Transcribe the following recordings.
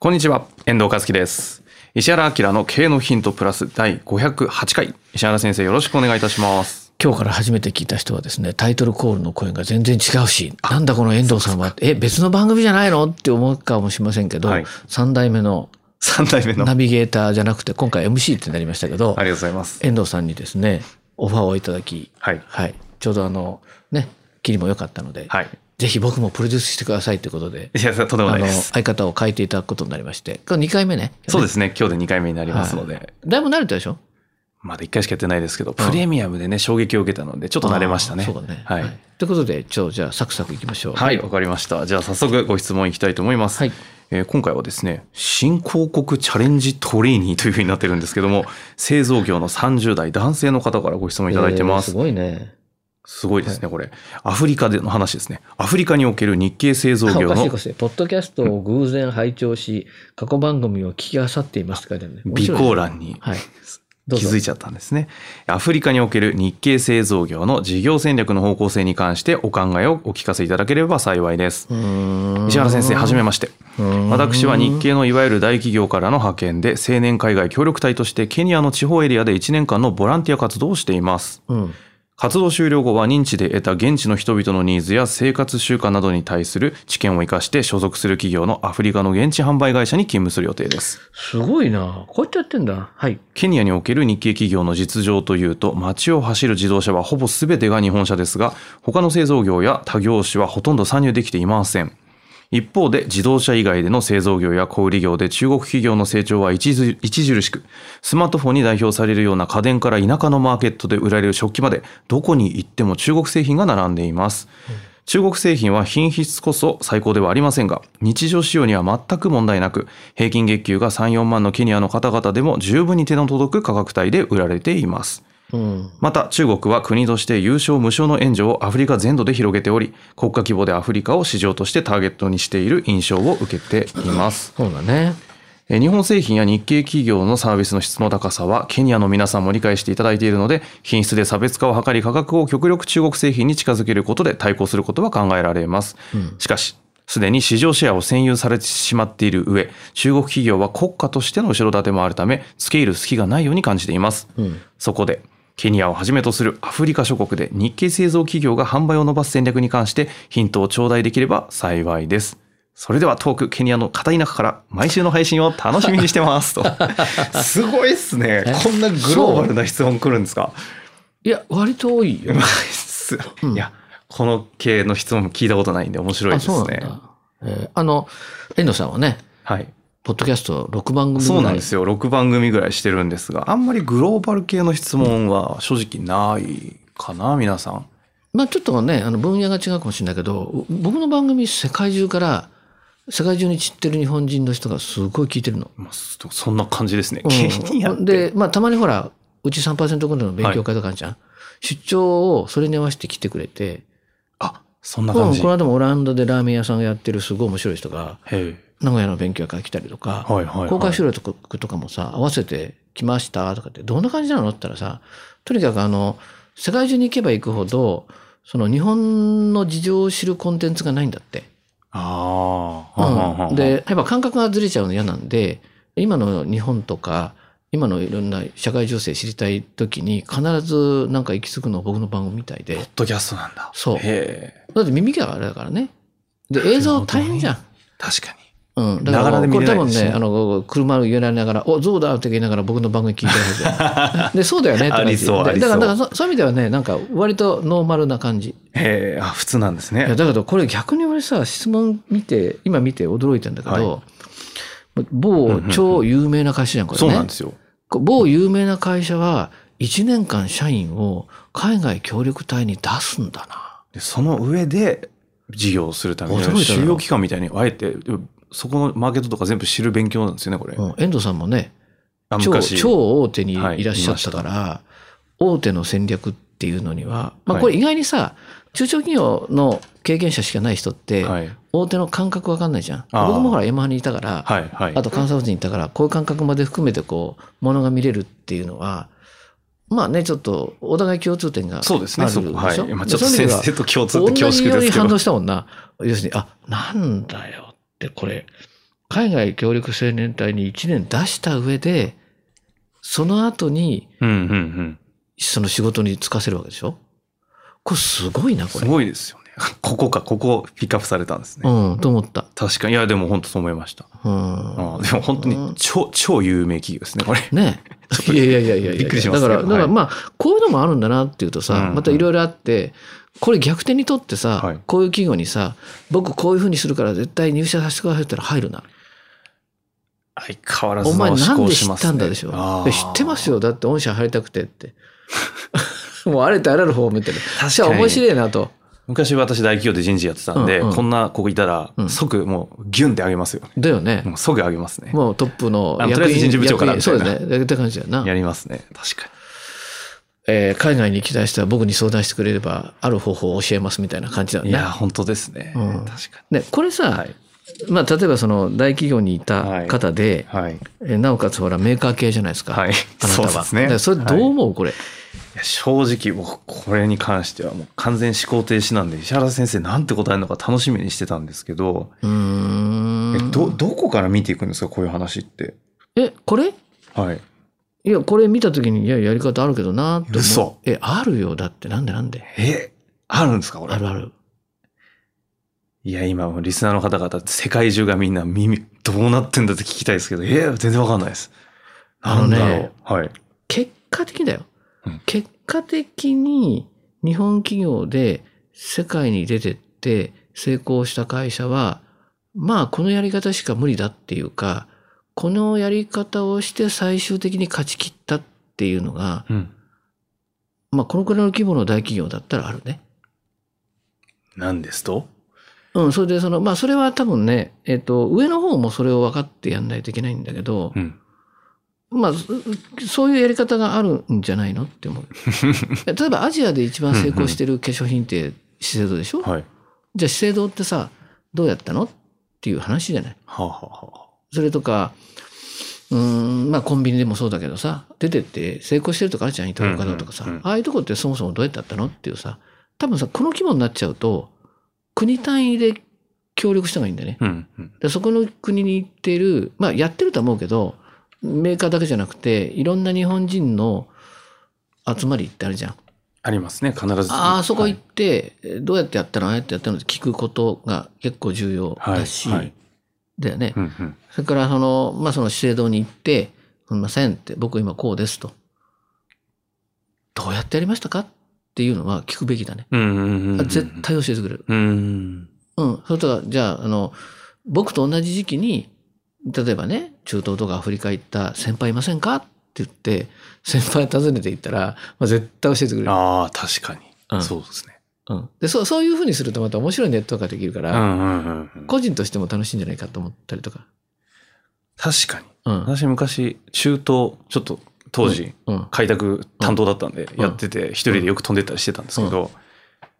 こんにちは、遠藤和樹です。石原明の経営のヒントプラス第508回。石原先生、よろしくお願いいたします。今日から初めて聞いた人はですね、タイトルコールの声が全然違うし、なんだこの遠藤さんは、え、別の番組じゃないのって思うかもしれませんけど、はい3代目の三代目の。あナりビゲーターじゃなくて、今回 MC ってなりましたけどが、とうございます。遠藤さんにですね、オファーをいただき、はい。はい、ちょうどあの、ね、キリも良かったので、はい。ぜひ僕もプロデュースしてくださいということで、いや、とんであもないの、です。相方を変えていただくことになりまして、これ2回目ね。。そうですすね、今日で2回目になりますので、だいぶ慣れたでしょまだ1回しかやってないですけど、プレミアムでね、衝撃を受けたので、ちょっと慣れましたね。あーそうだね。はい。ということで、ちょ、じゃあサクサクいきましょう。はい、わかりました。じゃあ早速ご質問いきたいと思います。はいえー今回はですね、新興国チャレンジトレーニーというふうになってるんですけども、製造業の30代男性の方からご質問いただいてますえーす。ごいね。すごいですね、これ。アフリカでの話ですね。アフリカにおける日系製造業おかしいおのかしい。ポッドキャストを偶然拝聴し、過去番組を聞きあさっていますって書いてあるね。面備白い考欄にはい。気どうぞづいちゃったんですね。アフリカにおける日系製造業の事業戦略の方向性に関してお考えをお聞かせいただければ幸いです。うーん石原先生、はじめまして。うーん私は日系のいわゆる大企業からの派遣で青年海外協力隊としてケニアの地方エリアで1年間のボランティア活動をしています。うん。活動終了後は認知で得た現地の人々のニーズや生活習慣などに対する知見を生かして所属する企業のアフリカの現地販売会社に勤務する予定です。すごいな。こうやってやってんだ。はい。ケニアにおける日系企業の実情というと、街を走る自動車はほぼ全てが日本車ですが、他の製造業や他業種はほとんど参入できていません。一方で、自動車以外での製造業や小売業で中国企業の成長は著著しく、スマートフォンに代表されるような家電から田舎のマーケットで売られる食器まで、どこに行っても中国製品が並んでいます。中国製品は品質こそ最高ではありませんが、日常使用には全く問題なく、平均月給が3、4万のケニアの方々でも十分に手の届く価格帯で売られています。うん。また、中国は国として有償無償の援助をアフリカ全土で広げており、国家規模でアフリカを市場としてターゲットにしている印象を受けています。そうだえね。ー日本製品や日系企業のサービスの質の高さはケニアの皆さんも理解していただいているので品質で差別化を図り価格を極力中国製品に近づけることで対抗することは考えられます、しかしすでに市場シェアを占有されてしまっている上中国企業は国家としての後ろ盾もあるため付け入る隙がないように感じています、そこでケニアをはじめとするアフリカ諸国で日系製造企業が販売を伸ばす戦略に関してヒントを頂戴できれば幸いですそれではトークケニアの片田舎から毎週の配信を楽しみにして ますとすごいっすねえこんなグローバルな質問来るんですかいや、割と多いうよまいっ。す いやこの系の質問も聞いたことないんで面白いあ、でそうすなんねだ。えーあの、遠藤さんはね、はいポッドキャスト6番組ぐらいそうなんですよ6番組ぐらいしてるんですがあんまりグローバル系の質問は正直ないかな皆さんまあちょっとね、あの分野が違うかもしれないけど、僕の番組世界中から、世界中に散ってる日本人の人がすごい聞いてるの。まあそそんな感じですね、うんケニアってで、まあたまにほら、うち3%ぐらいの勉強会とかあるじゃん。出張をそれに合わせて来てくれて、あそんなう感んじ、この間もオランダでラーメン屋さんがやってるすごい面白い人が、へえ名古屋の勉強会来たりとか、はいはい、はい、公開収録とかもさ、合わせて来ましたとかって、どんな感じなのって言ったらさ、とにかくあの、世界中に行けば行くほど、その日本の事情を知るコンテンツがないんだって。ああ、うん、で、やっぱ感覚がずれちゃうの嫌なんで、今の日本とか、今のいろんな社会情勢知りたい時に、必ずなんか行き着くのは僕の番組みたいポでッ。ドキャストなんだそうへえだって耳があれだからね。で、映像大変じゃん。確かにうん、ながらで見れないこでれ多す分ねねあの車を揺られながら「おゾウだ」って言いながら僕の番組聞いてるはずでそうだよねって感じありそうでありそだうからだからそそういう意味ではねなんか割とノーマルな感じいへえあ普通なんですやねだけどこれ逆に俺さ質問見て今見て驚いてんだけど、某超有名な会社じゃんこれねそうなんですよこ某有名な会社は1年間社員を海外協力隊に出すんだなでその上で事業をするため驚いただのろ収容期間みたいにあえてでもそこのマーケットとか全部知る勉強なんですよねこれ、うん遠藤さんもねあ超昔超大手にはいいらっしゃったから、大手の戦略っていうのには、まはあ、いこれ意外にさ、中小企業の経験者しかない人って、はい大手の感覚わかんないじゃん。あー僕もほら、ヤマハにいたから、はいはいあと監査法人にいたから、こういう感覚まで含めてこう、ものが見れるっていうのは、まあね、ちょっとお互い共通点があるでしょ。そうですねそこはい、まあ、ちょっとそういう先意味では生と共通って恐同じ縮ようでにすけ反ど応したもんな。要するに、あ、なんだよって、これ、海外協力青年隊に1年出した上で、その後に、うんうんうんその仕事に就かせるわけでしょこれすごいな、こすれ。ごいですよねここかここピックアップされたんですね、うん、と思った。確かにいやでも本当そう思いましたうん。あでも本当に超超有名企業ですねこれねいやいやいやいやいやびっくりしますだけどから、だからはいまあ、こういうのもあるんだなっていうとうんさう、んまたいろいろあって、これ逆転にとってさ、はいこういう企業にさ、僕こういうふうにするから絶対入社させてくださいって言ったら入るな。相変わらずおの前思なん考でし知まっす、たね、んだでしょ。あーいや知ってますよ。だって御社入りたくてって。 もうあれとあらゆる方を見てる。確じゃあかに面白いなと。昔私大企業で人事やってたんで、うんうんこんなここいたらうん即もうギュンってあげますよね、だよねも。う即あげますねもうトップのあの役とりあえず人員事部長から役員そうみたいでなすね。って感じだよなや。りますね確かえー海外に行きたい人は僕に相談してくれればある方法を教えますみたいな感じだよにいやね。本当ですね、うん確かね、これさ、はいまあ例えばその大企業にいた方で、にはいいえーなおかつほらメーカー系じゃないですか。はいあなたは。そうですねだからそれどう思う、これ。や正直僕これに関してはもう完全思考停止なんで石原先生なんて答えるのか楽しみにしてたんですけど、うーん。えどどこから見ていくんですかこういう話ってえ、これはいいや、これ見たときに、いや、やり方あるけどなって思う。嘘え、あるよ。だって、なんでなんで。えあるんですかこれあるある。いや、今、リスナーの方々、世界中がみんな耳、どうなってんだって聞きたいですけど、えー全然わかんないです。あなのんねだろう。はい。結果的だよ。うん結果的に、日本企業で世界に出てって成功した会社は、まあ、このやり方しか無理だっていうか、このやり方をして最終的に勝ち切ったっていうのが、うん。まあ、このくらいの規模の大企業だったらあるね。なんですとうん、それで、その、まあ、それは多分ね、えっ、と、上の方もそれを分かってやんないといけないんだけど、うん。まあ、そそういうやり方があるんじゃないのっ て思う。例えばアジアで一番成功してる化粧品って資生堂でしょ、はい。じゃあ資生堂ってさ、どうやったのっていう話じゃない。はあ、はあはあ、それとか、うーん、まあコンビニでもそうだけどさ、出てって成功してるとかあるじゃん、イトーヨーカドーとかさ、うんうんうんああいうとこってそもそもどうやってやったのっていうさ、多分さ、この規模になっちゃうと、国単位で協力した方がいいんだよね。うん、うん。でそこの国に行っている、まあやってるとは思うけど、メーカーだけじゃなくて、いろんな日本人の集まりってあるじゃん。ありますね、必ず。ああそこはい行って、えどうやってやったのああやってやったのって聞くことが結構重要だし、はいはいだよね。うん、うん。それからその、まあその資生堂に行って、すみませんって、僕今こうですと。どうやってやりましたかっていうのは聞くべきだね。うん、うんうんうん。あ絶対教えてくれる。うん。うん。それとか、じゃあ、あの、僕と同じ時期に、例えばね、中東とかアフリカ行った先輩いませんかって言って、先輩訪ねて行ったら、まあ、絶対教えてくれる。ああ、確かに、うんそうですね。うん。で、そう、そういうふうにするとまた面白いネットワークができるかうら、ん、うん、うんうん。個人としても楽しいんじゃないかと思ったりとか。確かに。うん。私、昔、中東、ちょっと、当時、うん。開拓担当だったんでんやってて一人でよく飛んでったりしてたんですけど、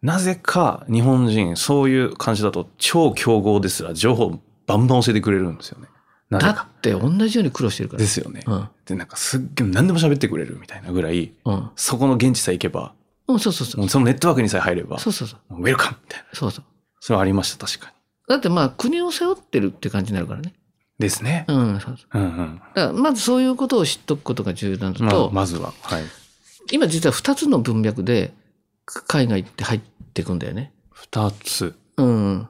なぜか日本人そういう感じだと超強豪ですら情報バンバン教えてくれるんですよね。なぜかだって同じように苦労してるからで。すよね。うん。でなんかすっげえ何でも喋ってくれるみたいなぐらいうん。そこの現地さえ行けばうん、そうそうそう。もうそのネットワークにさえ入ればそうそうそう。ウェルカムみたいなそうそう。それはありました確かに。だってまあ、国を背負ってるって感じになるからね。ですね。うん、そうそう。うんうんだから、まずそういうことを知っとくことが重要なのと、まあ、まずは、はい、今実は2つの文脈で海外って入っていくんだよね。 2つうん。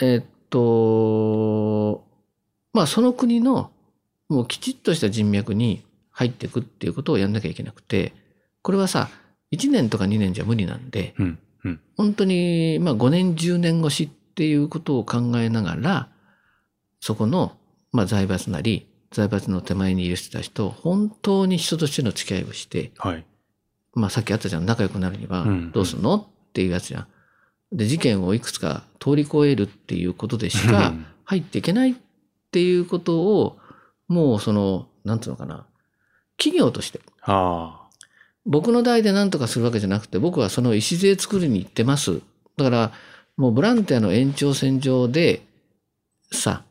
えっと、まあその国のもうきちっとした人脈に入っていくっていうことをやんなきゃいけなくて、これはさ、1年とか2年じゃ無理なんで、うんうん本当にまあ5年10年越しっていうことを考えながら、そこのまあ財閥なり、財閥の手前にいる人たちと本当に人としての付き合いをして、はい。まあさっきあったじゃん、仲良くなるにはうんどうすんの、っていうやつじゃん。で、事件をいくつか通り越えるっていうことでしかうん入っていけないっていうことを、もうその、なんつうのかな、企業として、あ僕の代で何とかするわけじゃなくて、僕はその礎作りに行ってます。だから、もうボランティアの延長線上で、さ、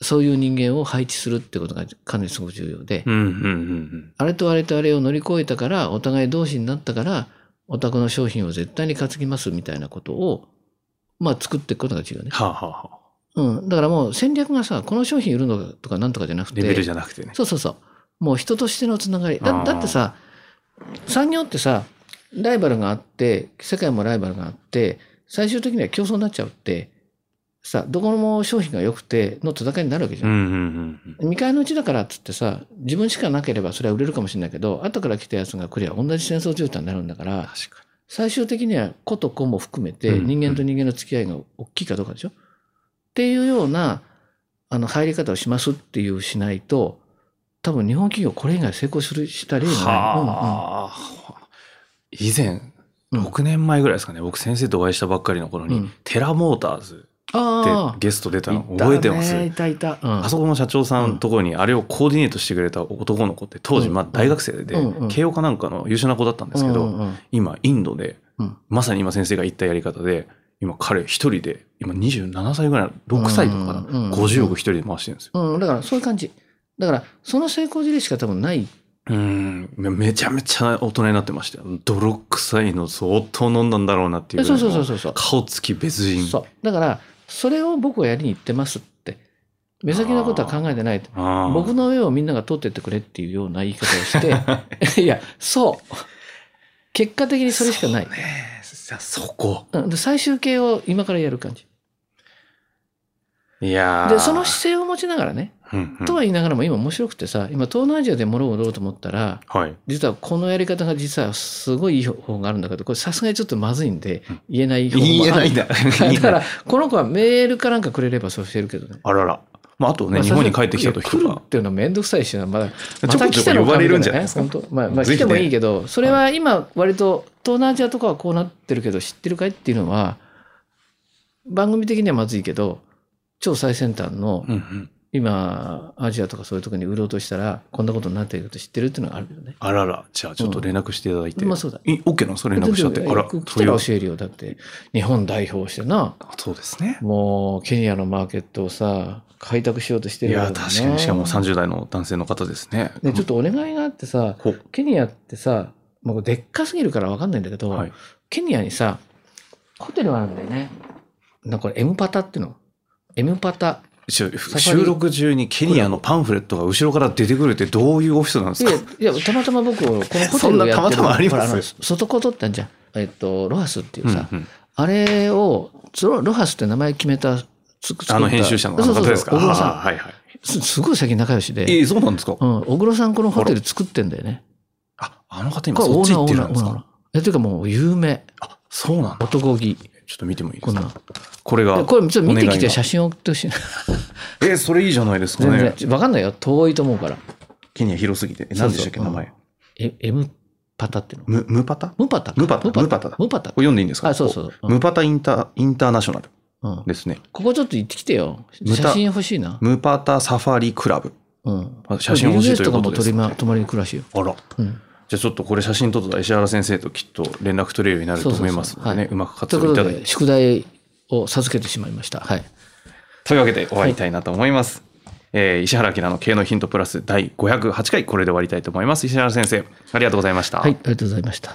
そういう人間を配置するってことがかなりすごく重要で、あ。うんうんうんあれとあれとあれを乗り越えたから、お互い同士になったから、お宅の商品を絶対に担ぎますみたいなことを、まあ作っていくことが重要うん。ね。はあはあはあ。うん。だからもう戦略がさ、この商品売るのとかなんとかじゃなくて。レベルじゃなくてね。そうそうそう。もう人としてのつながり。あだーだってさ、産業ってさ、ライバルがあって、世界もライバルがあって、最終的には競争になっちゃうって、さ、どこも商品が良くての戦いになるわけじゃんうんうんうんうん。未開のうちだからっつってさ自分しかなければそれは売れるかもしれないけど後から来たやつが来りゃ同じ戦争状態になるんだから確か最終的には子と子も含めてうん人間と人間の付き合いが大きいかどうかでしょ、っていうようなあの入り方をしますっていうしないと多分日本企業これ以外成功するした例に。がない。はあ。以前、うんうん6年前ぐらいですかね、僕先生とお会いしたばっかりの頃に、うんテラモーターズってああゲスト出たのいた覚ねえてますいたいた。うんあそこの社長さんのところにあれをコーディネートしてくれた男の子って当時うんまあ大学生でうんうん慶応かなんかの優秀な子だったんですけうんどうんうん今インドでうんまさに今先生が言ったやり方で今彼一人で今27歳ぐらい6歳とかかなうんうん50億一人で回してるんですよ。うん、だからそういう感じ。だからその成功事例しか多分ないうんめめちゃめちゃ大人になってましたよ泥臭いの相当飲んだんだろうなっていうぐらそいうのそうそうそうそう。顔つき別人そう。だから、それを僕はやりに行ってますって。目先のことは考えてないと。あー僕の上をみんなが通ってってくれっていうような言い方を して、いや、そう。結果的にそれしかないそう。ねじゃあそこ。うんで最終形を今からやる感じ。いやーで、その姿勢を持ちながらね、うんうんとは言いながらも今面白くてさ、今東南アジアで物を売ろうと思ったら、はい。実はこのやり方が実はすごいいい方法があるんだけど、これさすがにちょっとまずいんでうん、言えない方法も言えあるないんだ。 だから、この子はメールかなんかくれればそうしてるけどね。 あらら。まあ、あとまね、あ日本に帰ってきた時いやと来るかっ。ていうのはめんどくさいしな、まだ。ちょこちょこ呼ばれるんじゃないでまた来すてのかか。みたいなね本当まあ、まあ、ぜ来ひてねもいいけど、それは今、割と東南アジアとかはこうなってるけど、知ってるかいっていうのは、番組的にはまずいけど、超最先端のうんうん。今、アジアとかそういうとこに売ろうとしたら、こんなことになっていること知ってるっていうのがあるよね。あらら。じゃあ、ちょっと連絡していただいて。まあそうだ。い OK なのそれ連絡しちゃって。あら、来そうたいうら。教えるよ。だって、日本代表してな、そうですね。もうケニアのマーケットをさ、開拓しようとしているわやけー、だもん確かに。しかも30代の男性の方ですね。でちょっとお願いがあってさ、ほうケニアってさ、もうでっかすぎるからわかんないんだけど、はい。ケニアにさ、ホテルがあるんだよね。なんかこれ M パタっていうの ?M パタ。しファリ収録中にケニアのパンフレットが後ろから出てくるってどういうオフィスなんですいかや、いやたまたま僕、このホテルをやってるそんなたまたまありますほらの外コトってあるじゃん。えっと、ロハスっていううんうさ、んあれを、ロロハスって名前決めた、つ作ったあの編集者のあのそう方そうそうですか。小あ黒あさはいはい。ん。すすごい最近仲良しえで。ー、そうなんですかうん、小黒さんこのホテル作ってんだよね。あ、あの方今これそオっーちナー、行オってーるナんー、オでーすナかー。え、というかもう有名。あ、そうなんだ。男気。ちょっと見てもいいでこんすなかの。これでが。これちょっと見てきお願いてが写真送ってほしいな。え、それいいじゃないですか全ね。然。わかんないよ。遠いと思うから。ケニア広すぎて。え何でしたっけ、そうそ名う前。え、M パタっていうのム、ムパタこムパタかムパタムムパパタタだだ。ムパタれ読んでいいんですかあ、そうそう。ここムパタインター、インターナショナルうんうんですね。ここちょっと行ってきてよ。ムタ写真欲しいな。ムパタサファリクラブ。うんあ写真欲しいということですビルゲーツとかも泊ま泊まりに暮らしよ。あら。うん。じゃあちょっとこれ写真撮ったら石原先生ときっと連絡取れるようになると思いますのでね、そうまくと活いうこ用いたとだいて。で、宿題を授けてしまいました。はい。というわけで終わりたいなと思います。えー石原明の経営のヒントプラス第508回これで終わりたいと思います。石原先生、ありがとうございました。はい、ありがとうございました。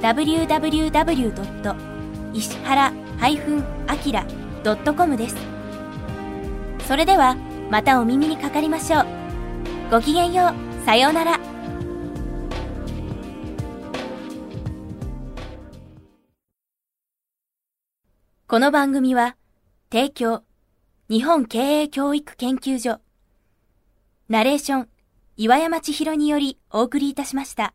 www.ishihara-akira.com www. 石原 -akira.com です。それでは、またお耳にかかりましょう。ごきげんよう。さようなら。この番組は、提供、日本経営教育研究所、ナレーション、岩山千尋によりお送りいたしました。